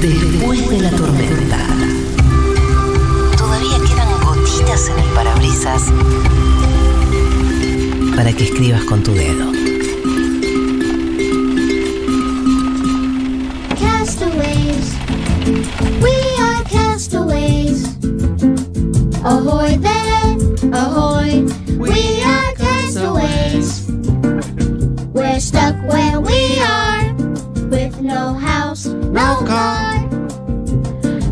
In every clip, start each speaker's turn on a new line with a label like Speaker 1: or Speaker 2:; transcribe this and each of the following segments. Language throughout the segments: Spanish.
Speaker 1: Después de la tormenta. Todavía quedan gotitas en el parabrisas para que escribas con tu dedo.
Speaker 2: Castaways, we are castaways. Ahoy there, ahoy, we are castaways. We're stuck where we are, with no house, no car.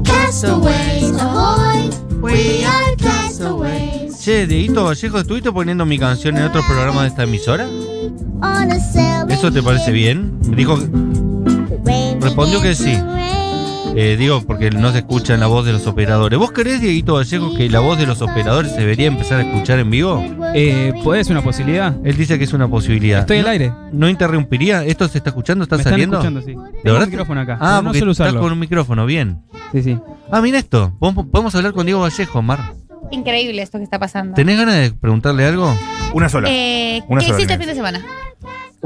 Speaker 2: Castaways, ahoy, we are castaways.
Speaker 3: Che, Dieguito Vallejo, ¿estuviste poniendo mi canción en otros programas de esta emisora?
Speaker 2: On a sailing
Speaker 3: ¿Eso te parece
Speaker 2: ship,
Speaker 3: bien? Dijo,
Speaker 2: rain
Speaker 3: Respondió que
Speaker 2: begins to
Speaker 3: sí.
Speaker 2: rain.
Speaker 3: eh, digo, porque no se escucha en la voz de los operadores. ¿Vos querés, Dieguito Vallejo, que la voz de los operadores se debería empezar a escuchar en vivo?
Speaker 4: Eh, ¿Puedes una posibilidad?
Speaker 3: Él dice que es una posibilidad.
Speaker 4: Estoy al aire.
Speaker 3: ¿No interrumpiría? ¿Esto se está escuchando? ¿Está
Speaker 4: Me están
Speaker 3: saliendo?
Speaker 4: escuchando, sí.
Speaker 3: ¿De
Speaker 4: Tengo
Speaker 3: verdad?
Speaker 4: un micrófono acá.
Speaker 3: Ah,
Speaker 4: no
Speaker 3: porque
Speaker 4: suelo
Speaker 3: estás
Speaker 4: usarlo.
Speaker 3: con un micrófono, bien.
Speaker 4: Sí, sí.
Speaker 3: Ah, mira esto. Podemos podemos hablar con Diego Vallejo, Mar.
Speaker 5: Increíble esto que está pasando.
Speaker 3: ¿Tenés ganas de preguntarle algo?
Speaker 6: Una sola.
Speaker 5: Eh,
Speaker 6: Una
Speaker 5: ¿Qué
Speaker 6: sola
Speaker 5: hiciste el fin
Speaker 6: tenés.
Speaker 5: de semana?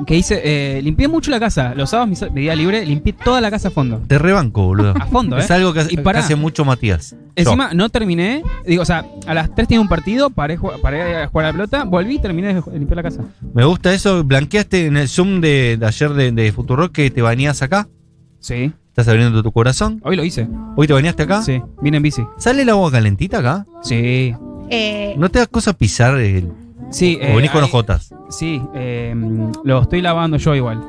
Speaker 4: Que hice, eh, limpié mucho la casa. Los sábados, mi sa- mi día libre, limpié toda la casa a fondo.
Speaker 3: Te rebanco, boludo.
Speaker 4: A fondo, ¿eh?
Speaker 3: Es algo que, hace-
Speaker 4: Y pará.
Speaker 3: que hace mucho Matías.
Speaker 4: Encima no terminé. Digo, o sea, a las 3 tenía un partido, paré, ju- paré a jugar a la pelota, volví y terminé de ju- de limpiar la casa.
Speaker 3: Yo. Me gusta eso. ¿Blanqueaste en el Zoom de, de ayer de, de Futurock que te bañás acá?
Speaker 4: Sí.
Speaker 3: ¿Estás abriendo tu corazón?
Speaker 4: Hoy lo hice.
Speaker 3: ¿Hoy te bañaste acá?
Speaker 4: Sí. Vine en bici.
Speaker 3: ¿Sale el agua calentita acá?
Speaker 4: Sí.
Speaker 5: Eh,
Speaker 3: ¿No te da cosa pisar el...
Speaker 4: Sí.
Speaker 3: o venís con
Speaker 4: Eh, ahí-
Speaker 3: los jotas?
Speaker 4: Sí. eh, lo estoy lavando yo igual.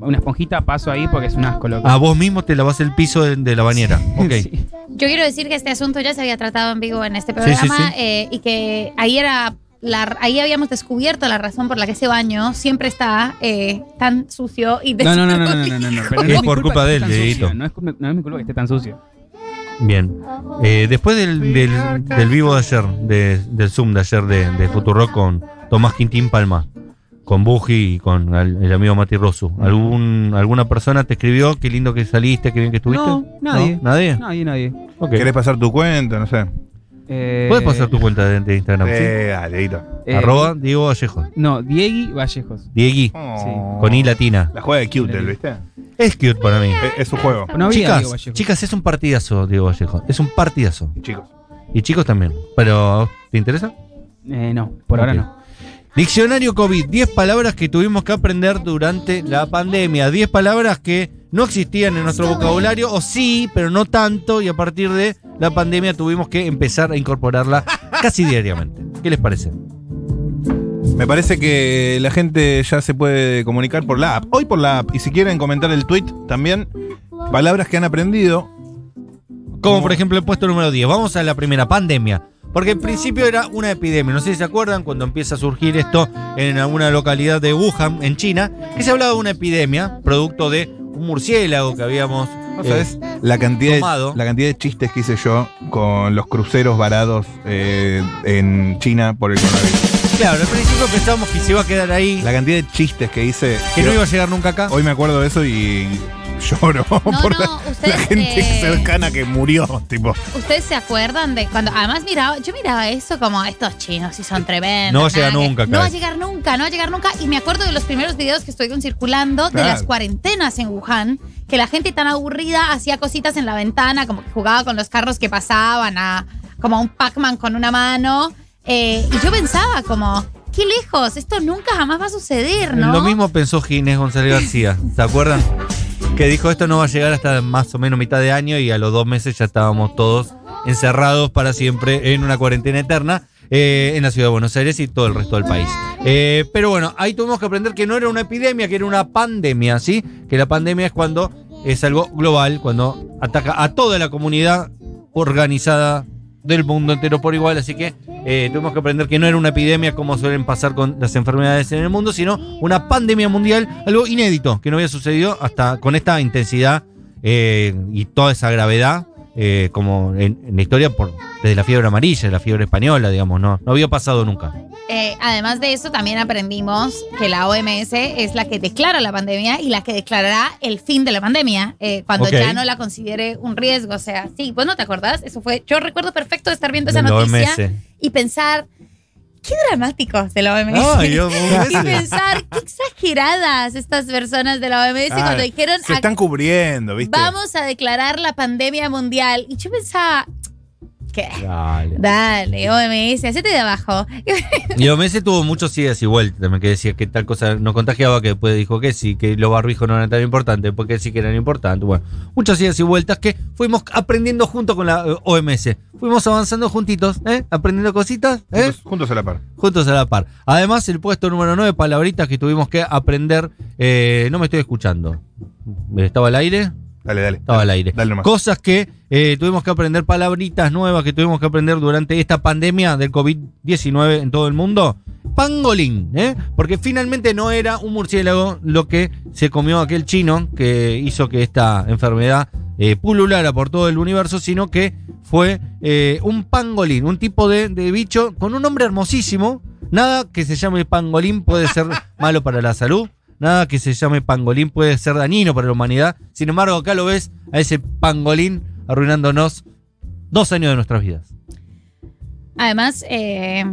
Speaker 4: Una esponjita paso ahí porque es un asco, loco.
Speaker 3: Ah, vos mismo te lavas el piso de, de la bañera. Ok.
Speaker 4: Sí.
Speaker 5: Yo quiero decir que este asunto ya se había tratado en vivo en este programa
Speaker 3: Sí, sí, sí.
Speaker 5: eh, y que ahí era la- ahí habíamos descubierto la razón por la que ese baño siempre está eh, tan sucio y
Speaker 4: No, no, no, no, no, no, no, no, pero no
Speaker 3: Es
Speaker 4: mi
Speaker 3: por culpa
Speaker 4: que
Speaker 3: de
Speaker 4: esté
Speaker 3: él,
Speaker 4: tan
Speaker 3: Dieguito.
Speaker 4: sucio, No es, culpa- no es mi culpa que esté tan sucio.
Speaker 3: Bien. Eh, después del, del- del vivo de ayer, de- del Zoom de ayer de, de Futurock con Tomás Quintín Palma, con Buji y con al- el amigo Mati Rosu, ¿algún, ¿alguna persona te escribió qué lindo que saliste, qué bien que estuviste?
Speaker 4: No, nadie.
Speaker 3: ¿Nadie?
Speaker 4: Nadie, nadie.
Speaker 3: Ok.
Speaker 6: ¿Querés pasar tu cuenta? No sé.
Speaker 4: Eh,
Speaker 3: Puedes pasar tu cuenta de, de Instagram,
Speaker 6: Eh, dale, Dieguito.
Speaker 3: ¿sí?
Speaker 4: eh,
Speaker 3: Arroba Diego Vallejo.
Speaker 4: No, Diegui Vallejos.
Speaker 3: Diegui,
Speaker 6: Oh.
Speaker 3: con I latina.
Speaker 6: La juega de Cutel, ¿viste?
Speaker 3: Es cute para mí.
Speaker 6: Es, es su juego.
Speaker 4: No había Diego
Speaker 3: Chicas,
Speaker 4: Vallejos.
Speaker 3: chicas, es un partidazo, Diego Vallejo. Es un partidazo.
Speaker 6: Chicos.
Speaker 3: Y chicos también. Pero, ¿te interesa?
Speaker 4: Eh, no, por ahora
Speaker 3: Ok.
Speaker 4: no.
Speaker 3: Diccionario COVID, 10 palabras que tuvimos que aprender durante la pandemia, 10 palabras que no existían en nuestro vocabulario, o sí, pero no tanto, y a partir de la pandemia tuvimos que empezar a incorporarla casi diariamente. ¿Qué les parece?
Speaker 6: Me parece que la gente ya se puede comunicar por la app. Hoy por la app. Y si quieren comentar el tweet también, palabras que han aprendido.
Speaker 3: Como por ejemplo el puesto número 10, vamos a la primera pandemia. Porque al principio era una epidemia, no sé si se acuerdan cuando empieza a surgir esto en alguna localidad de Wuhan, en China, que se hablaba de una epidemia, producto de un murciélago que habíamos...
Speaker 6: ¿No
Speaker 3: eh,
Speaker 6: sabes la cantidad,
Speaker 3: tomado.
Speaker 6: de, la cantidad de chistes que hice yo con los cruceros varados eh, en China por el coronavirus?
Speaker 3: eh, claro, al principio pensábamos que se iba a quedar ahí.
Speaker 6: La cantidad de chistes que hice.
Speaker 3: Que no
Speaker 6: Quiero-
Speaker 3: iba a llegar nunca acá.
Speaker 6: Hoy me acuerdo de eso y lloro
Speaker 5: no,
Speaker 6: por
Speaker 5: no,
Speaker 6: la,
Speaker 5: ustedes,
Speaker 6: la gente
Speaker 5: eh,
Speaker 6: cercana que murió. Tipo,
Speaker 5: ¿Ustedes se acuerdan de cuando además miraba, yo miraba eso como estos chinos y son tremendos?
Speaker 3: No va a llegar
Speaker 5: nada que-
Speaker 3: nunca,
Speaker 5: No va a
Speaker 3: claro.
Speaker 5: llegar nunca, no va a llegar nunca. Y me acuerdo de los primeros videos que estuvieron circulando
Speaker 6: Claro.
Speaker 5: de las cuarentenas en Wuhan, que la gente tan aburrida hacía cositas en la ventana, como que jugaba con los carros que pasaban, a, como a un Pac-Man con una mano. Eh, y yo pensaba como, qué lejos, esto nunca jamás va a suceder, ¿no?
Speaker 3: Lo mismo pensó Ginés González García, ¿se acuerdan? Que dijo esto no va a llegar hasta más o menos mitad de año y a los dos meses ya estábamos todos encerrados para siempre en una cuarentena eterna eh, en la ciudad de Buenos Aires y todo el resto del país. Eh, pero bueno, ahí tuvimos que aprender que no era una epidemia, que era una pandemia, ¿sí? Que la pandemia es cuando es algo global, cuando ataca a toda la comunidad organizada del mundo entero por igual, así que eh, tuvimos que aprender que no era una epidemia como suelen pasar con las enfermedades en el mundo, sino una pandemia mundial, algo inédito que no había sucedido hasta con esta intensidad eh, y toda esa gravedad eh, como en, en la historia por, desde la fiebre amarilla, la fiebre española, digamos, no, no había pasado nunca.
Speaker 5: Eh, además de eso, también aprendimos que la OMS es la que declara la pandemia y la que declarará el fin de la pandemia eh, cuando
Speaker 3: Ok.
Speaker 5: ya no la considere un riesgo. O sea, sí, vos no te acordás, eso fue. Yo recuerdo perfecto de estar viendo esa
Speaker 3: La
Speaker 5: noticia
Speaker 3: OMS.
Speaker 5: y pensar qué dramáticos de la OMS.
Speaker 3: Ay, Dios,
Speaker 5: y
Speaker 3: veces.
Speaker 5: pensar, qué exageradas estas personas de la OMS
Speaker 6: Ah,
Speaker 5: cuando dijeron
Speaker 6: Se están cubriendo, ¿viste?
Speaker 5: vamos a declarar la pandemia mundial. Y yo pensaba, ¿qué?
Speaker 3: Dale.
Speaker 5: Dale, OMS, hacete de abajo.
Speaker 3: Y Omese tuvo muchos idas y vueltas también, que decía que tal cosa no contagiaba, que después dijo que sí, que los barbijos no eran tan importantes, porque sí que eran importantes. Bueno, muchas idas y vueltas que fuimos aprendiendo junto con la eh, OMS. Fuimos avanzando juntitos, ¿eh? Aprendiendo cositas, ¿eh?
Speaker 6: Juntos, juntos a la par.
Speaker 3: Juntos a la par. Además, el puesto número 9, palabritas que tuvimos que aprender. eh, no me estoy escuchando. ¿Estaba al aire?
Speaker 6: Dale, dale.
Speaker 3: Estaba al aire.
Speaker 6: Dale nomás.
Speaker 3: Cosas que eh, tuvimos que aprender, palabritas nuevas que tuvimos que aprender durante esta pandemia del COVID-19 en todo el mundo. Pangolín, ¿eh? Porque finalmente no era un murciélago lo que se comió aquel chino que hizo que esta enfermedad eh, pululara por todo el universo, sino que fue eh, un pangolín, un tipo de, de bicho con un nombre hermosísimo. Nada que se llame pangolín puede ser malo para la salud. Nada que se llame pangolín puede ser dañino para la humanidad. Sin embargo, acá lo ves a ese pangolín arruinándonos dos años de nuestras vidas.
Speaker 5: Además, eh,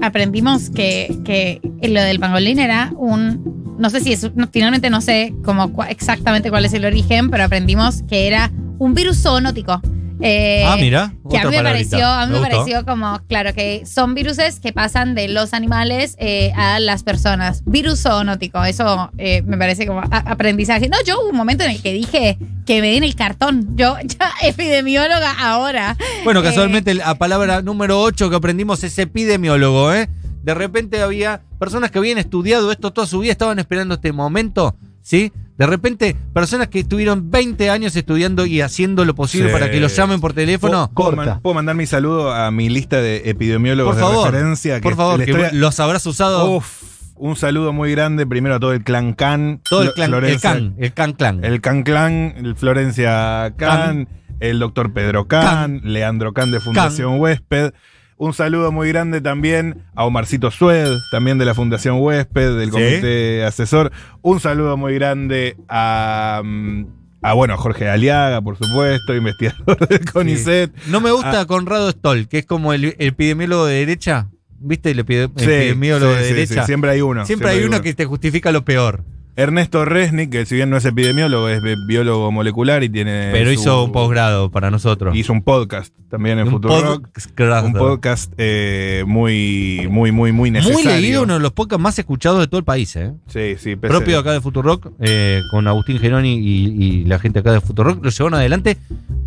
Speaker 5: aprendimos que, que lo del pangolín era un. No sé si es. no, finalmente no sé cómo, cua- exactamente cuál es el origen, pero aprendimos que era un virus zoonótico. Eh,
Speaker 3: ah, mira.
Speaker 5: Que a
Speaker 3: otra
Speaker 5: mí me
Speaker 3: palabrita.
Speaker 5: pareció, a mí me
Speaker 3: gustó.
Speaker 5: pareció como, claro, que son viruses que pasan de los animales eh, a las personas. Virus zoonótico, eso eh, me parece como a- aprendizaje. No, yo hubo un momento en el que dije que me den el cartón. Yo, ya epidemióloga ahora.
Speaker 3: Bueno,
Speaker 5: Eh,
Speaker 3: casualmente la palabra número 8 que aprendimos es epidemiólogo, ¿eh? De repente había personas que habían estudiado esto toda su vida, estaban esperando este momento, ¿sí? De repente, personas que estuvieron 20 años estudiando y haciendo lo posible
Speaker 6: Sí.
Speaker 3: para que los llamen por teléfono.
Speaker 6: ¿Puedo,
Speaker 7: corta.
Speaker 6: man- puedo mandar mi saludo a mi lista de epidemiólogos
Speaker 3: Por favor,
Speaker 6: de referencia? que
Speaker 3: Por favor,
Speaker 6: le
Speaker 3: que
Speaker 6: estoy-
Speaker 3: los habrás usado
Speaker 6: Uf, un saludo muy grande primero a todo el clan Can.
Speaker 3: todo el
Speaker 6: Flo-
Speaker 3: clan, el
Speaker 6: Florencia-
Speaker 3: can, el can clan.
Speaker 6: El Can Clan, el Florencia Can, el doctor Pedro Can, Leandro Can de Fundación Huésped. Un saludo muy grande también a Omarcito Sued, también de la Fundación Huésped, del
Speaker 3: Sí.
Speaker 6: Comité Asesor. Un saludo muy grande a, mm, a bueno, a Jorge Aliaga, por supuesto, investigador del CONICET.
Speaker 3: No me gusta
Speaker 6: Ah.
Speaker 3: Conrado Stoll, que es como el epidemiólogo de derecha. ¿Viste el epide-
Speaker 6: Sí,
Speaker 3: epidemiólogo
Speaker 6: sí,
Speaker 3: de
Speaker 6: sí, sí,
Speaker 3: derecha? siempre
Speaker 6: siempre hay uno.
Speaker 3: hay uno que te justifica lo peor.
Speaker 6: Ernesto Resnick, que si bien no es epidemiólogo, es bi- biólogo molecular y tiene.
Speaker 3: Pero
Speaker 6: Eh, su-
Speaker 3: hizo un posgrado para nosotros.
Speaker 6: Hizo un podcast también en
Speaker 3: Un
Speaker 6: Futuro Rock.
Speaker 3: podcast.
Speaker 6: Un podcast eh, muy, muy, muy, muy necesario.
Speaker 3: Muy leído, uno de los podcasts más escuchados de todo el país, ¿eh?
Speaker 6: Sí, sí, PC.
Speaker 3: Propio acá de Futurock, eh, con Agustín Geroni y, y la gente acá de Futurock, lo llevaron adelante.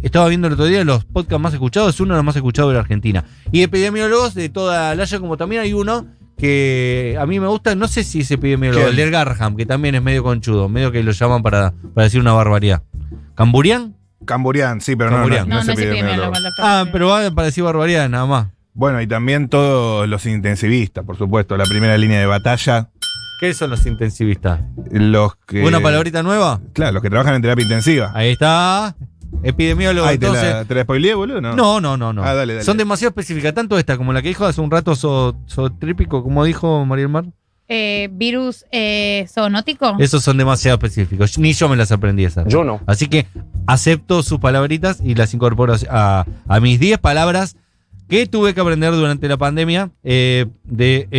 Speaker 3: Estaba viendo el otro día los podcasts más escuchados, es uno de los más escuchados de la Argentina. Y epidemiólogos de toda la haya, como también hay uno que a mí me gusta, no sé si es epidemiólogo,
Speaker 6: ¿Quién?
Speaker 3: el del Garham, que también es medio conchudo, medio que lo llaman para, para decir una barbaridad. ¿Camburián?
Speaker 6: Camburián, sí, pero
Speaker 3: Camburián.
Speaker 6: no, no, no, es epidemiólogo.
Speaker 5: el doctor.
Speaker 3: Ah, pero va para decir barbaridad nada más.
Speaker 6: Bueno, y también todos los intensivistas, por supuesto, la primera línea de batalla.
Speaker 3: ¿Qué son los intensivistas? Eh,
Speaker 6: Los que.
Speaker 3: ¿Una palabrita nueva?
Speaker 6: Claro, los que trabajan en terapia intensiva.
Speaker 3: Ahí está. Epidemiólogo,
Speaker 6: Ay, te,
Speaker 3: entonces.
Speaker 6: la, ¿Te la spoileé, boludo? No.
Speaker 3: No, no, no, no.
Speaker 6: Ah, dale, dale.
Speaker 3: Son demasiado específicas, tanto esta como la que dijo hace un rato so- zootrípico, como dijo María del Mar.
Speaker 5: Eh, virus eh, zoonótico.
Speaker 3: Esos son demasiado específicos. Ni yo me las aprendí esas.
Speaker 7: Ah. Yo no.
Speaker 3: Así que acepto sus palabritas y las incorporo a, a mis 10 palabras que tuve que aprender durante la pandemia eh, del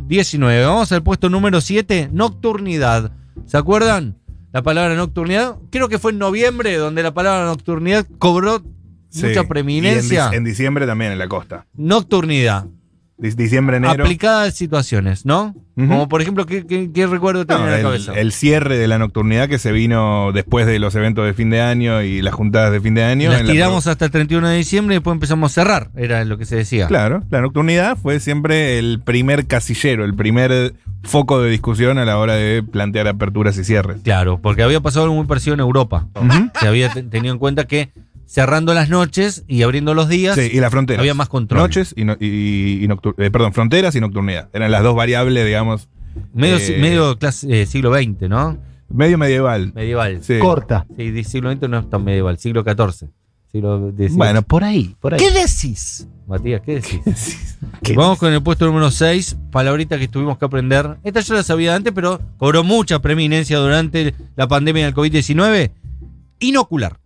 Speaker 3: COVID-19. Vamos al puesto número 7, nocturnidad. ¿Se acuerdan? La palabra nocturnidad. Creo que fue en noviembre donde la palabra nocturnidad cobró
Speaker 6: Sí.
Speaker 3: mucha
Speaker 6: Y
Speaker 3: preeminencia.
Speaker 6: en, dic- en diciembre también en la costa.
Speaker 3: Nocturnidad.
Speaker 6: Dic- Diciembre, enero.
Speaker 3: aplicada a situaciones, ¿no?
Speaker 6: Ujú.
Speaker 3: Como por ejemplo, ¿qué, qué- qué recuerdo
Speaker 6: No,
Speaker 3: tenía en la
Speaker 6: el,
Speaker 3: cabeza?
Speaker 6: el cierre de la nocturnidad que se vino después de los eventos de fin de año y las juntadas de fin de año.
Speaker 3: Las
Speaker 6: en la
Speaker 3: tiramos hasta el 31 de diciembre y después empezamos a cerrar, era lo que se decía.
Speaker 6: Claro, la nocturnidad fue siempre el primer casillero, el primer foco de discusión a la hora de plantear aperturas y cierres.
Speaker 3: Claro, porque había pasado algo muy parecido en Europa.
Speaker 6: Ujú.
Speaker 3: Se había te- tenido en cuenta que cerrando las noches y abriendo los días
Speaker 6: Sí, y las fronteras.
Speaker 3: había más control.
Speaker 6: Noches y, no- y- y noctur- eh, perdón, fronteras y nocturnidad. Eran las dos variables, digamos,
Speaker 3: medio
Speaker 6: eh,
Speaker 3: medio clase- eh, siglo XX, ¿no?
Speaker 6: medio medieval.
Speaker 3: Medieval.
Speaker 6: Sí.
Speaker 7: Corta.
Speaker 3: Sí, di- siglo XX no es tan medieval, siglo XIV. Siglo XIX.
Speaker 6: Bueno,
Speaker 7: Por ahí, por ahí.
Speaker 1: ¿Qué decís?
Speaker 3: Matías, ¿qué decís? Vamos con el puesto número 6, palabrita que tuvimos que aprender. Esta yo la sabía antes, pero cobró mucha preeminencia durante la pandemia del COVID-19. Inocular.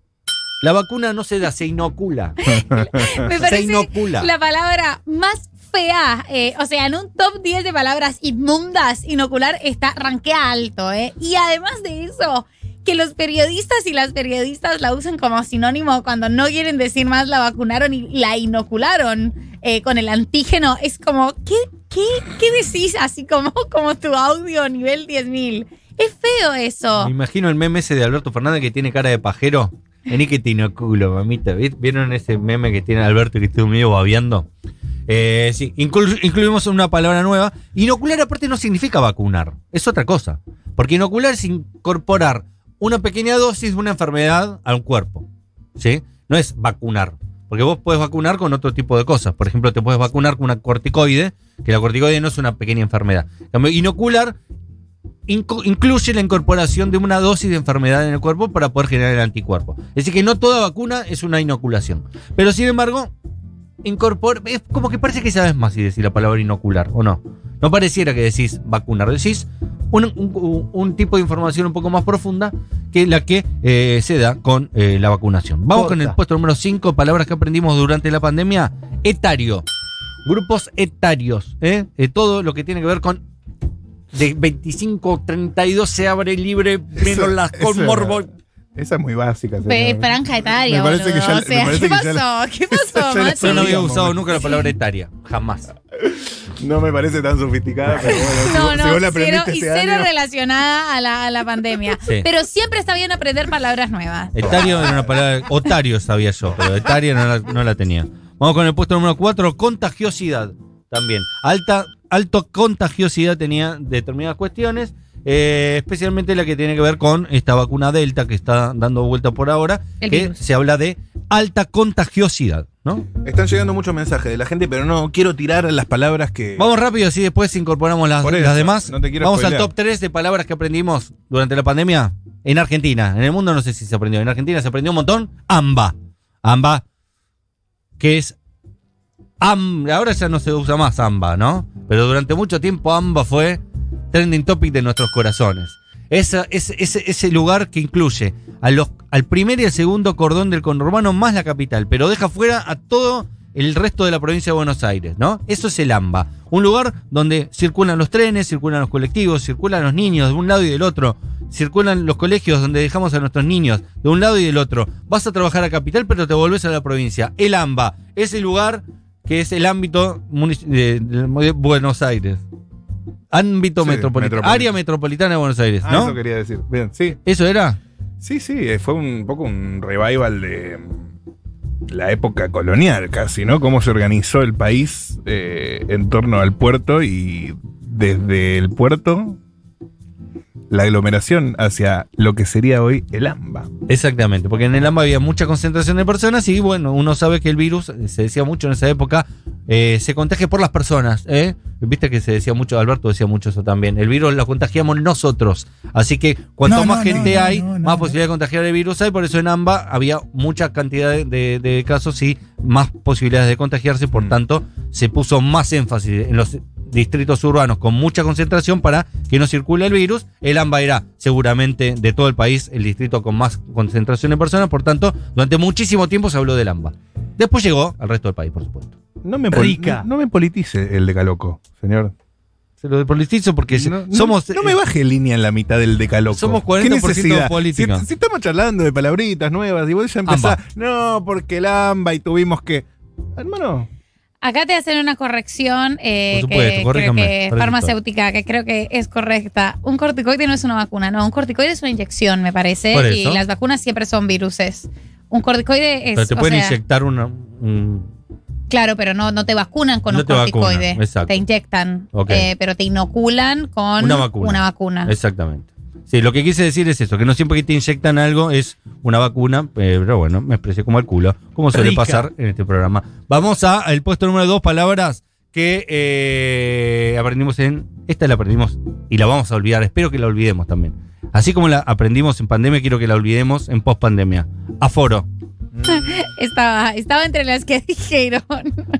Speaker 3: La vacuna no se da, se inocula.
Speaker 5: me
Speaker 3: se
Speaker 5: parece
Speaker 3: inocula.
Speaker 5: la palabra más fea. eh, o sea, en un top 10 de palabras inmundas, inocular está ranquea alto, ¿eh? Y además de eso, que los periodistas y las periodistas la usan como sinónimo cuando no quieren decir más la vacunaron y la inocularon eh, con el antígeno. Es como, ¿qué, qué, qué decís? Así como, como tu audio nivel 10.000. Es feo eso.
Speaker 3: Me imagino el meme ese de Alberto Fernández que tiene cara de pajero. Vení que te inoculo, mamita. ¿Vi- ¿Vieron ese meme que tiene Alberto que estuvo medio babeando? Eh, sí, inclu- incluimos una palabra nueva. Inocular aparte no significa vacunar, es otra cosa. Porque inocular es incorporar una pequeña dosis de una enfermedad a un cuerpo. ¿sí? No es vacunar. Porque vos podés vacunar con otro tipo de cosas. Por ejemplo, te puedes vacunar con una corticoide, que la corticoide no es una pequeña enfermedad. En cambio, inocular incu- incluye la incorporación de una dosis de enfermedad en el cuerpo para poder generar el anticuerpo. Es decir, que no toda vacuna es una inoculación. Pero sin embargo, incorpora. Es como que parece que sabes más si decís la palabra inocular o no. No pareciera que decís vacunar, decís un, un- un tipo de información un poco más profunda que la que eh, se da con eh, la vacunación. Vamos con el
Speaker 7: Posta.
Speaker 3: puesto número 5, palabras que aprendimos durante la pandemia. Etario. Grupos etarios. ¿eh? Eh, todo lo que tiene que ver con de 25 32 se abre libre menos
Speaker 6: Eso-
Speaker 3: las
Speaker 6: eso-
Speaker 3: conmorbo.
Speaker 6: Esa es muy básica.
Speaker 5: Fe-
Speaker 6: señor.
Speaker 5: franja etaria,
Speaker 6: Me parece que
Speaker 5: boludo.
Speaker 6: ya-
Speaker 5: o sea,
Speaker 6: me parece
Speaker 5: ¿qué
Speaker 6: que ya
Speaker 5: pasó?
Speaker 6: la-
Speaker 5: ¿Qué pasó,
Speaker 6: ya la
Speaker 5: Mati?
Speaker 3: Yo no había
Speaker 6: digamos,
Speaker 3: usado
Speaker 6: me-
Speaker 3: nunca la palabra etaria, jamás.
Speaker 6: No me parece tan sofisticada, pero bueno, si
Speaker 5: No,
Speaker 6: vos-
Speaker 5: no,
Speaker 6: si vos la
Speaker 5: cero,
Speaker 6: aprendiste
Speaker 5: y
Speaker 6: este
Speaker 5: cero
Speaker 6: año-
Speaker 5: relacionada a la, a la pandemia.
Speaker 3: Sí.
Speaker 5: Pero siempre está bien aprender palabras nuevas.
Speaker 3: Etario era una palabra. Otario sabía yo, pero etaria no la, no la tenía. Vamos con el puesto número 4, contagiosidad. También. Alta, alto contagiosidad tenía determinadas cuestiones, eh, especialmente la que tiene que ver con esta vacuna Delta que está dando vuelta por ahora,
Speaker 5: El
Speaker 3: que
Speaker 5: virus.
Speaker 3: se habla de alta contagiosidad, ¿no?
Speaker 6: Están llegando muchos mensajes de la gente, pero no quiero tirar las palabras que.
Speaker 3: Vamos rápido, así después incorporamos las,
Speaker 6: Por eso,
Speaker 3: las demás.
Speaker 6: no te quiero
Speaker 3: Vamos al
Speaker 6: spoilear.
Speaker 3: top 3 de palabras que aprendimos durante la pandemia en Argentina. En el mundo no sé si se aprendió. En Argentina se aprendió un montón. AMBA. AMBA, que es... am- ahora ya no se usa más AMBA, ¿no? Pero durante mucho tiempo AMBA fue trending topic de nuestros corazones. Esa- ese, ese- ese lugar que incluye a los, al primer y al segundo cordón del conurbano más la capital, pero deja fuera a todo el resto de la provincia de Buenos Aires, ¿no? Eso es el AMBA, un lugar donde circulan los trenes, circulan los colectivos, circulan los niños de un lado y del otro, circulan los colegios donde dejamos a nuestros niños de un lado y del otro. Vas a trabajar a capital, pero te volvés a la provincia. El AMBA, ese lugar que es el ámbito munici- de, de Buenos Aires. Ámbito
Speaker 6: Sí,
Speaker 3: metropolitano.
Speaker 6: metropolitano.
Speaker 3: Área metropolitana de Buenos Aires,
Speaker 6: Ah,
Speaker 3: ¿no?
Speaker 6: eso quería decir. Bien, sí.
Speaker 3: ¿Eso era?
Speaker 6: Sí, sí, eh, fue un poco un revival de mm, la época colonial casi, ¿no? Cómo se organizó el país eh, en torno al puerto y desde el puerto la aglomeración hacia lo que sería hoy el AMBA.
Speaker 3: Exactamente, porque en el AMBA había mucha concentración de personas y bueno, uno sabe que el virus, eh, se decía mucho en esa época, eh, se contagia por las personas. ¿eh? Viste que se decía mucho, Alberto decía mucho eso también. El virus lo contagiamos nosotros. Así que cuanto
Speaker 6: No,
Speaker 3: más
Speaker 6: no,
Speaker 3: gente
Speaker 6: no, no,
Speaker 3: hay,
Speaker 6: no, no,
Speaker 3: más
Speaker 6: no.
Speaker 3: posibilidad de contagiar el virus hay. Por eso en AMBA había mucha cantidad de, de- de casos y más posibilidades de contagiarse. Por
Speaker 6: Mm.
Speaker 3: tanto, se puso más énfasis en los distritos urbanos con mucha concentración para que no circule el virus. El AMBA era seguramente de todo el país el distrito con más concentración de personas, por tanto, durante muchísimo tiempo se habló del AMBA. Después llegó al resto del país, por supuesto.
Speaker 6: No me, pol-
Speaker 7: Rica.
Speaker 6: no me politice el decaloco, señor.
Speaker 3: Se lo depolitizo porque se-
Speaker 6: No, no-
Speaker 3: somos... eh,
Speaker 6: no me baje línea en la mitad del decaloco.
Speaker 3: Somos
Speaker 6: ¿Qué
Speaker 3: 40%
Speaker 6: necesidad?
Speaker 3: política.
Speaker 6: Si, si estamos charlando de palabritas nuevas y vos ya
Speaker 3: Amba.
Speaker 6: empezás, no, porque el AMBA y tuvimos que. Hermano,
Speaker 5: Acá te hacen una corrección eh,
Speaker 3: Por supuesto,
Speaker 5: que, creo
Speaker 3: corríjame,
Speaker 5: que es
Speaker 3: correcto.
Speaker 5: farmacéutica, que creo que es correcta. Un corticoide no es una vacuna, no. Un corticoide es una inyección, me parece.
Speaker 3: Por
Speaker 5: Y
Speaker 3: eso.
Speaker 5: las vacunas siempre son viruses. Un corticoide es.
Speaker 3: Pero te
Speaker 5: o
Speaker 3: pueden
Speaker 5: sea,
Speaker 3: inyectar una... un-
Speaker 5: Claro, pero no, no te vacunan con
Speaker 3: No
Speaker 5: un
Speaker 3: te vacunan,
Speaker 5: corticoide.
Speaker 3: exacto.
Speaker 5: Te inyectan,
Speaker 3: Ok.
Speaker 5: eh, pero te inoculan con
Speaker 3: Una vacuna.
Speaker 5: una vacuna.
Speaker 3: Exactamente. Sí, lo que quise decir es eso, que no siempre que te inyectan algo es una vacuna, eh, pero bueno, me expresé como el culo, como suele
Speaker 7: Rica.
Speaker 3: pasar en este programa. Vamos a- al puesto número dos, palabras que eh, aprendimos en... Esta la aprendimos y la vamos a olvidar, espero que la olvidemos también. Así como la aprendimos en pandemia, quiero que la olvidemos en post pandemia. Aforo.
Speaker 5: Estaba, estaba entre las que dijeron.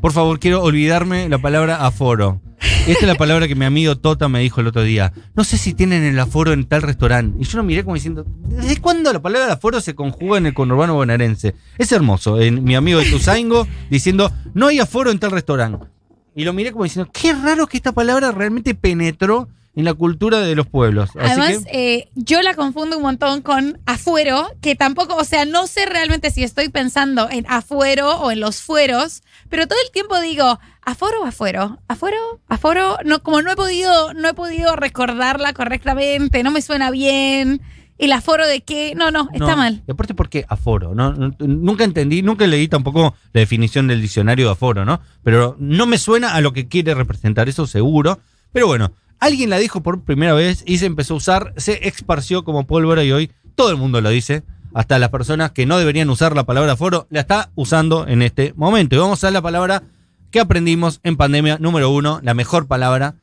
Speaker 3: Por favor, quiero olvidarme la palabra aforo. Esta es la palabra que mi amigo Tota me dijo el otro día. No sé si tienen el aforo en tal restaurante. Y yo lo miré como diciendo, ¿desde cuándo la palabra aforo se conjuga en el conurbano bonaerense? Es hermoso. En mi amigo de Tuzaingo diciendo, no hay aforo en tal restaurante. Y lo miré como diciendo, qué raro que esta palabra realmente penetró en la cultura de los pueblos. Así
Speaker 5: Además,
Speaker 3: que,
Speaker 5: eh, yo la confundo un montón con afuero, que tampoco, o sea, no sé realmente si estoy pensando en afuero o en los fueros, pero todo el tiempo digo, aforo o afuero, afuero, aforo, no, como no he podido, no he podido recordarla correctamente, no me suena bien, el aforo de qué, no, no, está
Speaker 3: no.
Speaker 5: mal.
Speaker 3: Y aparte, ¿por qué aforo? No, no- nunca entendí, nunca leí tampoco la definición del diccionario de aforo, ¿no? Pero no me suena a lo que quiere representar, eso seguro. Pero bueno, alguien la dijo por primera vez y se empezó a usar, se esparció como pólvora y hoy todo el mundo lo dice. Hasta las personas que no deberían usar la palabra aforo la está usando en este momento. Y vamos a la palabra que aprendimos en pandemia número uno, la mejor palabra,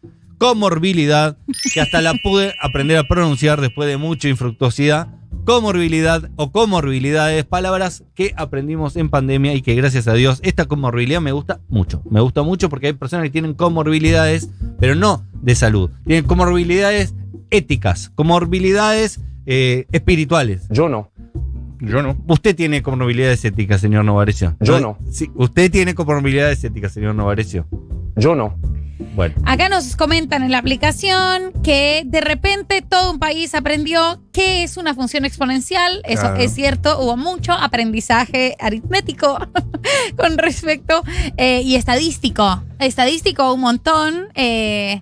Speaker 3: comorbilidad, que hasta la pude aprender a pronunciar después de mucha infructuosidad. Comorbilidad o comorbilidades, palabras que aprendimos en pandemia y que gracias a Dios esta comorbilidad me gusta mucho. Me gusta mucho porque hay personas que tienen comorbilidades, pero no de salud. Tienen comorbilidades éticas, comorbilidades eh, espirituales.
Speaker 7: Yo no.
Speaker 6: Yo no.
Speaker 3: Usted tiene comorbilidades éticas, señor Novarecio.
Speaker 7: Yo no.
Speaker 3: Sí, usted tiene comorbilidades éticas, señor Novarecio.
Speaker 7: Yo no.
Speaker 3: Bueno.
Speaker 5: Acá nos comentan en la aplicación que de repente todo un país aprendió qué es una función exponencial. Eso
Speaker 6: Claro.
Speaker 5: es cierto, hubo mucho aprendizaje aritmético con respecto eh, y estadístico. Estadístico un montón. eh,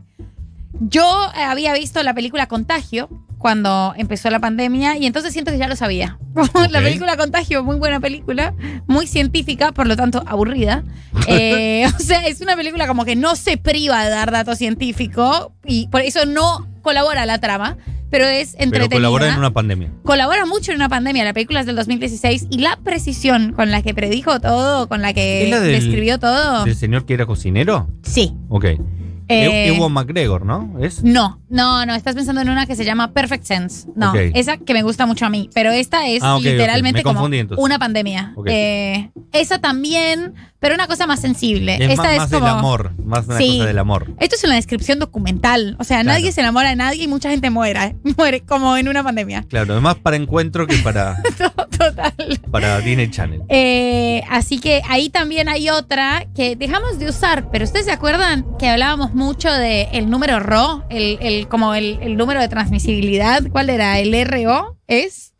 Speaker 5: yo había visto la película Contagio cuando empezó la pandemia y entonces siento que ya lo sabía. la
Speaker 3: Ok.
Speaker 5: película Contagio, muy buena película, muy científica, por lo tanto aburrida. Eh, o sea, es una película como que no se priva de dar datos científicos y por eso no colabora a la trama, pero es entretenida
Speaker 3: Pero colabora en una pandemia.
Speaker 5: colabora mucho en una pandemia. La película es del 2016 y la precisión con la que predijo todo, con la que
Speaker 3: ¿Es la del-
Speaker 5: describió todo.
Speaker 3: ¿El señor que era cocinero?
Speaker 5: Sí.
Speaker 3: Ok.
Speaker 5: Eh,
Speaker 3: Ewan McGregor, ¿no? ¿Es?
Speaker 5: no, no, no, estás pensando en una que se llama Perfect Sense. No,
Speaker 3: Ok.
Speaker 5: esa que me gusta mucho a mí, pero esta es
Speaker 3: Ah, ok, ok.
Speaker 5: literalmente
Speaker 3: Me
Speaker 5: como
Speaker 3: confundí, entonces.
Speaker 5: una pandemia.
Speaker 3: Ok.
Speaker 5: Eh, esa también, pero una cosa más sensible.
Speaker 3: Es
Speaker 5: eh, esta
Speaker 3: más,
Speaker 5: es
Speaker 3: más
Speaker 5: como
Speaker 3: del amor, más una
Speaker 5: Sí.
Speaker 3: cosa del amor.
Speaker 5: Esto es una descripción documental, o sea,
Speaker 3: Claro.
Speaker 5: nadie se enamora de nadie y mucha gente muera, muere como en una pandemia.
Speaker 3: Claro, es más para encuentro que para,
Speaker 5: Total.
Speaker 3: para Disney Channel.
Speaker 5: Eh, así que ahí también hay otra que dejamos de usar, pero ustedes se acuerdan que hablábamos mucho de el número RO, el, el- como el, el número de transmisibilidad, ¿cuál era? ¿El RO es?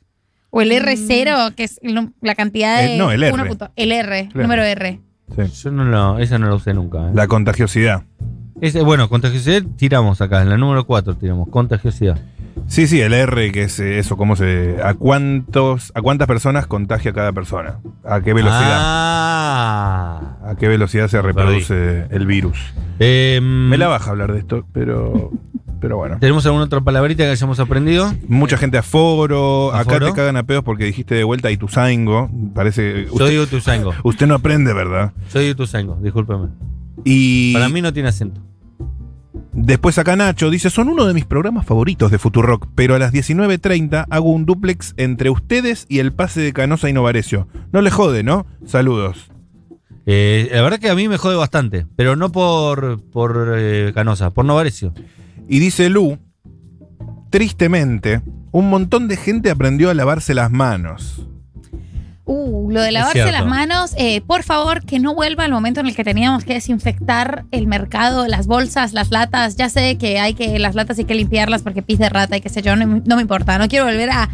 Speaker 5: ¿O el R0, que es el nu- la cantidad de...
Speaker 6: Mm. Eh, no, el R.
Speaker 5: uno punto- el R,
Speaker 6: Claro.
Speaker 5: número R.
Speaker 3: Yo no lo, esa no la usé nunca. ¿eh?
Speaker 6: La contagiosidad.
Speaker 3: Ese, bueno, contagiosidad tiramos acá, en la número 4 tiramos, contagiosidad.
Speaker 6: Sí, sí, el R, que es eh, eso, cómo se. ¿A cuántos, a cuántas personas contagia cada persona? ¿A qué velocidad?
Speaker 3: Ah.
Speaker 6: ¿A qué velocidad se reproduce el virus?
Speaker 3: Em,
Speaker 6: Me la baja hablar de esto, pero. Pero bueno.
Speaker 3: ¿Tenemos alguna otra palabrita que hayamos aprendido?
Speaker 6: Mucha gente a foro. Acá
Speaker 3: Aforo.
Speaker 6: te cagan a pedos porque dijiste de vuelta a Ituzaingo. Parece. Usted,
Speaker 3: Soy Utusango,
Speaker 6: usted no aprende, ¿verdad?
Speaker 3: soy Utusango, discúlpeme.
Speaker 6: Y.
Speaker 3: Para mí no tiene acento.
Speaker 6: Después acá Nacho dice, son uno de mis programas favoritos de Futurock, pero a las 19.30 hago un duplex entre ustedes y el pase de Canosa y Novarecio. No le jode, ¿no? Saludos.
Speaker 3: Eh, la verdad que a mí me jode bastante, pero no por, por eh, Canosa, por Novarecio.
Speaker 6: Y dice Lu, tristemente, un montón de gente aprendió a lavarse las manos.
Speaker 5: Uh, lo de lavarse
Speaker 3: cierto.
Speaker 5: las manos, eh, por favor, que no vuelva al momento en el que teníamos que desinfectar el mercado, las bolsas, las latas. Ya sé que hay que las latas hay que limpiarlas porque pis de rata y qué sé yo, no, no me importa, no quiero volver a...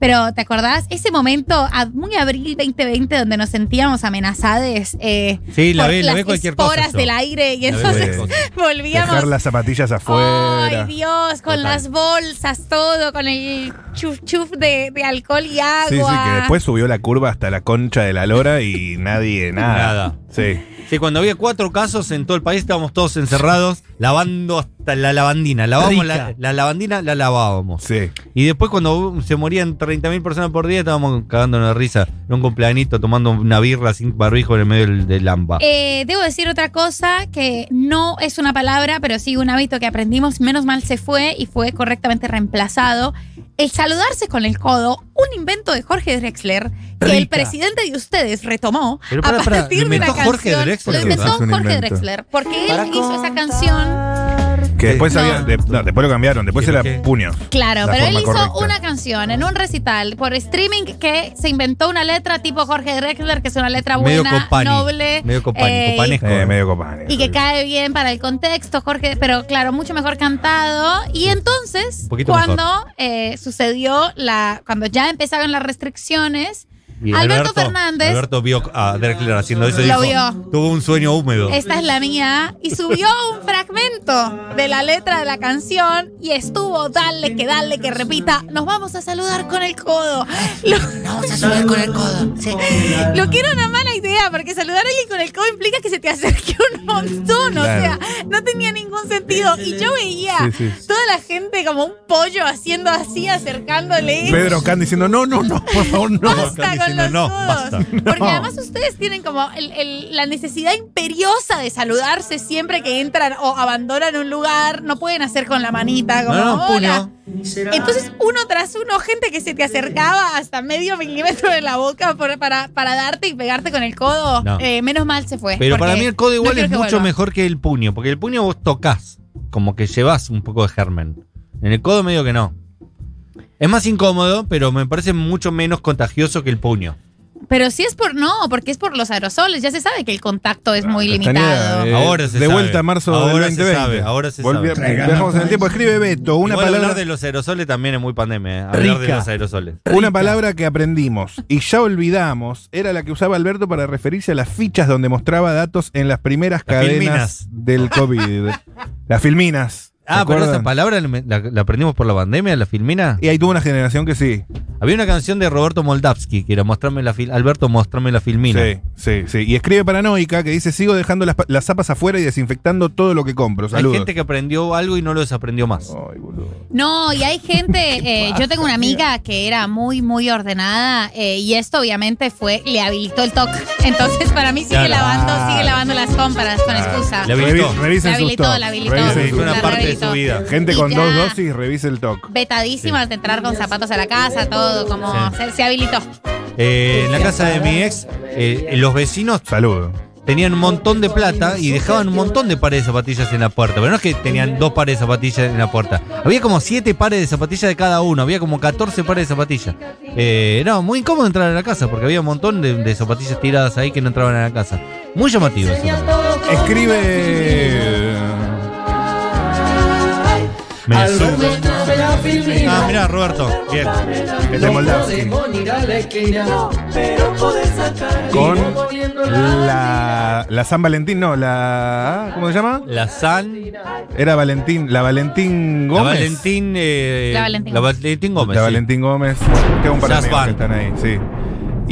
Speaker 5: Pero ¿te acordás? Ese momento, a- muy abril 2020, donde nos sentíamos amenazades eh,
Speaker 3: Sí, la
Speaker 5: por
Speaker 3: ve, la
Speaker 5: las
Speaker 3: ve cualquier cosa.
Speaker 5: esporas
Speaker 3: yo.
Speaker 5: del aire y
Speaker 3: La ve
Speaker 5: entonces
Speaker 3: cualquier cosa.
Speaker 5: volvíamos...
Speaker 6: Dejar las zapatillas afuera.
Speaker 5: Ay, Dios, con
Speaker 3: Total.
Speaker 5: las bolsas, todo, con el chuf chuf de, de alcohol y agua.
Speaker 6: Sí, sí, que después subió la curva hasta la concha de la lora y nadie, nada.
Speaker 3: Nada.
Speaker 6: Sí.
Speaker 3: Sí, cuando había cuatro casos en todo el país estábamos todos encerrados, lavando hasta la lavandina. Lavábamos la,
Speaker 4: Rica.
Speaker 3: la lavandina, la lavábamos.
Speaker 6: Sí.
Speaker 3: Y después cuando se morían 30.000 personas por día estábamos cagándonos de risa en un cumpleañito tomando una birra sin barbijo en el medio del, del AMBA.
Speaker 5: Eh, debo decir otra cosa que no es una palabra, pero sí un hábito que aprendimos. Menos mal se fue y fue correctamente reemplazado. El saludarse con el codo, un invento de Jorge Drexler que el
Speaker 4: Rica.
Speaker 5: presidente de ustedes retomó
Speaker 3: Pero pará,
Speaker 5: a
Speaker 3: pará,
Speaker 5: partir
Speaker 3: ¿lo
Speaker 5: de una
Speaker 3: inventó
Speaker 5: canción.
Speaker 3: Jorge Drexler?
Speaker 5: Lo inventó
Speaker 6: Es un
Speaker 5: Jorge
Speaker 6: invento.
Speaker 5: Drexler porque él hizo esa canción
Speaker 6: Que después
Speaker 5: No.
Speaker 6: había. de- no, después lo cambiaron, después
Speaker 3: Sí,
Speaker 6: era
Speaker 3: porque-
Speaker 6: puños.
Speaker 5: Claro,
Speaker 6: La
Speaker 5: pero él
Speaker 6: forma
Speaker 5: hizo
Speaker 6: correcta.
Speaker 5: una canción en un recital por streaming que se inventó una letra tipo Jorge Drexler, que es una letra
Speaker 3: Medio
Speaker 5: buena,
Speaker 3: Copani.
Speaker 5: noble.
Speaker 3: Medio Copani,
Speaker 5: eh,
Speaker 3: Copanesco.
Speaker 6: Eh, medio copán.
Speaker 5: y que cae bien para el contexto, Jorge, pero claro, mucho mejor cantado. Y entonces,
Speaker 3: Un poquito
Speaker 5: cuando eh, sucedió la, cuando ya empezaron las restricciones,
Speaker 3: Y
Speaker 5: Alberto Fernández-
Speaker 3: Alberto vio a Drexler haciendo eso y
Speaker 5: Lo
Speaker 3: dijo,
Speaker 5: vio.
Speaker 3: tuvo un sueño húmedo.
Speaker 5: Esta es la mía. Y subió un fragmento de la letra de la canción y estuvo, dale, que dale, que repita, nos vamos a saludar con el codo. Lo,
Speaker 1: Vamos a subir con el codo. Sí.
Speaker 5: lo que era una mala idea, porque saludar a alguien con el codo implica que se te acerque un montón. O sea,
Speaker 6: Claro.
Speaker 5: no tenía ningún sentido. Y yo veía
Speaker 6: Sí, sí.
Speaker 5: toda la gente como un pollo haciendo así, acercándole.
Speaker 6: Pedro Can diciendo, no, no, no, por favor, no.
Speaker 5: Basta
Speaker 3: están
Speaker 5: con
Speaker 3: diciendo
Speaker 5: los
Speaker 3: no,
Speaker 5: codos.
Speaker 3: basta.
Speaker 5: Porque
Speaker 6: No.
Speaker 5: además ustedes tienen como el- el- la necesidad imperiosa de saludarse siempre que entran o abandonan un lugar. No pueden hacer con la manita como
Speaker 3: No, no,
Speaker 5: "Hola". Entonces, uno tras uno, gente que se te acercaba hasta medio milímetro de la boca por- para, para darte y pegarte con el codo.
Speaker 3: No.
Speaker 5: Eh, menos mal se fue.
Speaker 3: Pero para
Speaker 5: porque
Speaker 3: mí el codo
Speaker 5: no
Speaker 3: igual
Speaker 5: quiero
Speaker 3: es
Speaker 5: que
Speaker 3: mucho
Speaker 5: vuelva.
Speaker 3: mejor que el puño, porque el puño vos tocas, como que llevas un poco de germen. En el codo medio que no. Es más incómodo, pero me parece mucho menos contagioso que el puño.
Speaker 5: Pero sí es por. No, porque es por los aerosoles. Ya se sabe que el contacto es muy
Speaker 6: Castañeda,
Speaker 5: limitado.
Speaker 6: eh,
Speaker 3: Ahora se
Speaker 6: De
Speaker 3: sabe.
Speaker 6: vuelta a marzo
Speaker 3: Ahora
Speaker 6: del
Speaker 3: se
Speaker 6: 2020.
Speaker 3: sabe, ahora se
Speaker 6: Volvi-
Speaker 3: sabe.
Speaker 6: Viajamos en el tiempo. Escribe Beto, una
Speaker 3: Igual
Speaker 6: palabra,
Speaker 3: hablar de los aerosoles también es muy pandemia, ¿eh? hablar de
Speaker 7: Rica.
Speaker 3: los aerosoles.
Speaker 6: una palabra que aprendimos y ya olvidamos. Era la que usaba Alberto para referirse a las fichas donde mostraba datos en las primeras
Speaker 3: Las
Speaker 6: cadenas
Speaker 3: filminas.
Speaker 6: del COVID. las filminas. ¿se
Speaker 3: Ah, pero
Speaker 6: acuerdan?
Speaker 3: esa palabra la, la aprendimos por la pandemia, la filmina.
Speaker 6: Y ahí tuvo una generación que sí.
Speaker 3: Había una canción de Roberto Moldavsky que era mostrarme la fil Alberto, mostrame la filmina.
Speaker 6: Sí, sí, sí. Y escribe Paranoica que dice: Sigo dejando las, pa- las zapas afuera y desinfectando todo lo que compro.
Speaker 3: Hay
Speaker 6: Saludos.
Speaker 3: gente que aprendió algo y no lo desaprendió más.
Speaker 6: Ay, boludo.
Speaker 5: No, y hay gente, eh, yo tengo una amiga que era muy, muy ordenada eh, y esto obviamente fue, le habilitó el TOC. Entonces para mí sigue
Speaker 3: Claro.
Speaker 5: lavando, sigue lavando las compras con excusa.
Speaker 3: Le habilitó.
Speaker 6: Revi- revisen
Speaker 5: La
Speaker 6: sus
Speaker 5: habilitó,
Speaker 6: tocs.
Speaker 5: la habilitó.
Speaker 6: Revisen
Speaker 3: Es
Speaker 6: sus
Speaker 3: una
Speaker 5: la
Speaker 6: tocs.
Speaker 3: parte de su
Speaker 5: rehabilitó.
Speaker 3: vida.
Speaker 6: Gente
Speaker 5: Y
Speaker 6: con
Speaker 5: ya.
Speaker 6: dos dosis, revise el toc.
Speaker 5: Vetadísimas de entrar con zapatos a la casa, todo, como
Speaker 3: Sí.
Speaker 5: se, se habilitó.
Speaker 3: Eh, en la casa de mi ex, eh, los vecinos
Speaker 6: Saludo.
Speaker 3: tenían un montón de plata y dejaban un montón de pares de zapatillas en la puerta. Pero no es que tenían dos pares de zapatillas en la puerta. Había como siete pares de zapatillas de cada uno. Había como 14 pares de zapatillas. Eh, no, muy incómodo entrar a la casa porque había un montón de, de zapatillas tiradas ahí que no entraban a la casa. Muy llamativo eso.
Speaker 6: Escribe.
Speaker 3: Me subo. Ah, mirá, Roberto. Bien.
Speaker 6: El de Moldavsky. Con la, la San Valentín, no, la. ¿Cómo se llama?
Speaker 3: La San.
Speaker 6: Era Valentín, la Valentín
Speaker 3: La
Speaker 6: Gómez.
Speaker 3: Valentín. eh,
Speaker 5: La Valentín.
Speaker 3: La Valentín Gómez.
Speaker 6: La
Speaker 3: sí.
Speaker 6: Valentín Gómez. Tengo un par de
Speaker 3: Jazz
Speaker 6: amigos que
Speaker 3: Band.
Speaker 6: están ahí, sí.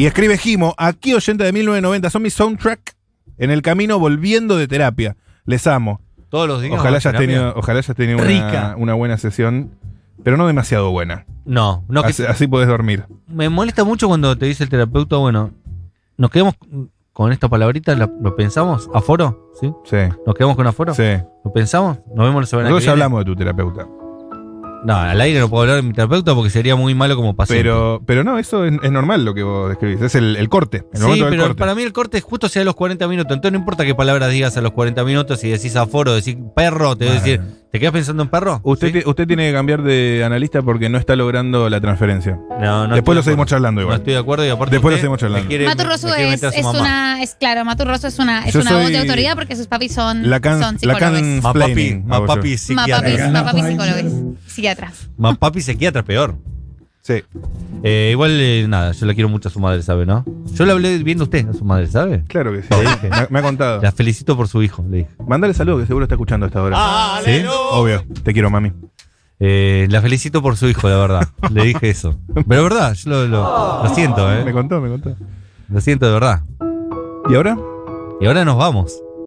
Speaker 6: Y escribe Jimo, aquí oyente de 1990, son mi soundtrack en el camino volviendo de terapia. Les amo.
Speaker 3: Todos los días.
Speaker 6: Ojalá hayas
Speaker 3: terapia.
Speaker 6: tenido, ojalá hayas tenido una,
Speaker 7: Rica.
Speaker 6: una buena sesión, pero no demasiado buena.
Speaker 3: No, no, que
Speaker 6: así, así podés dormir.
Speaker 3: me molesta mucho cuando te dice el terapeuta, bueno, nos quedamos con esta palabrita, ¿la- lo pensamos, aforo, ¿sí?
Speaker 6: Sí,
Speaker 3: Nos quedamos con aforo,
Speaker 6: sí.
Speaker 3: lo pensamos, nos vemos la semana
Speaker 6: Luego
Speaker 3: que
Speaker 6: ya
Speaker 3: viene?
Speaker 6: hablamos de tu terapeuta.
Speaker 3: No, al aire no puedo hablar de mi terapeuta porque sería muy malo como paciente.
Speaker 6: Pero, pero no, eso es, es normal lo que vos describís. Es el, el corte, el
Speaker 3: Sí,
Speaker 6: momento del
Speaker 3: pero
Speaker 6: corte.
Speaker 3: para mí el corte justo sea a los 40 minutos. Entonces no importa qué palabras digas a los 40 minutos, si decís aforo, decís perro, te voy a decir, ¿te quedas pensando en perro?
Speaker 6: Usted,
Speaker 3: ¿Sí?
Speaker 6: ti- usted tiene que cambiar de analista porque no está logrando la transferencia.
Speaker 3: No, no estoy
Speaker 6: Después
Speaker 3: de
Speaker 6: lo seguimos
Speaker 3: acuerdo.
Speaker 6: charlando igual.
Speaker 3: No estoy de acuerdo y aparte.
Speaker 6: Después lo
Speaker 3: usted
Speaker 6: seguimos charlando.
Speaker 3: me quiere-
Speaker 5: Maturroso
Speaker 3: me quiere
Speaker 5: es,
Speaker 3: meter a su
Speaker 5: es
Speaker 3: mamá.
Speaker 5: una, es claro, Maturroso es una, es
Speaker 6: Yo
Speaker 5: una
Speaker 6: soy
Speaker 5: voz de autoridad porque sus papis son,
Speaker 6: La can,
Speaker 5: son
Speaker 6: la
Speaker 5: psicólogos.
Speaker 3: Más papi,
Speaker 6: mansplaining,
Speaker 3: más
Speaker 6: hago yo.
Speaker 3: papi
Speaker 5: Más papis,
Speaker 3: psiquiatra.
Speaker 5: más papis psicólogos. Psiquiatras.
Speaker 3: Más papi psiquiatra, peor.
Speaker 6: Sí.
Speaker 3: Eh, igual, eh, nada, yo la quiero mucho a su madre, ¿sabe, no? Yo le hablé viendo a usted, a su madre, ¿sabe?
Speaker 6: Claro que sí.
Speaker 3: Lo dije.
Speaker 6: Me, ha- me ha contado.
Speaker 3: La felicito por su hijo, le dije.
Speaker 6: Mandale saludos que seguro está escuchando a esta hora.
Speaker 3: ¿Sí?
Speaker 6: Obvio. Te quiero, mami.
Speaker 3: Eh, la felicito por su hijo, la verdad. Le dije eso. Pero es verdad, yo lo, lo- lo siento,
Speaker 6: Me
Speaker 3: ¿eh?
Speaker 6: contó, me contó.
Speaker 3: Lo siento de verdad.
Speaker 6: ¿Y ahora?
Speaker 3: Y ahora nos vamos.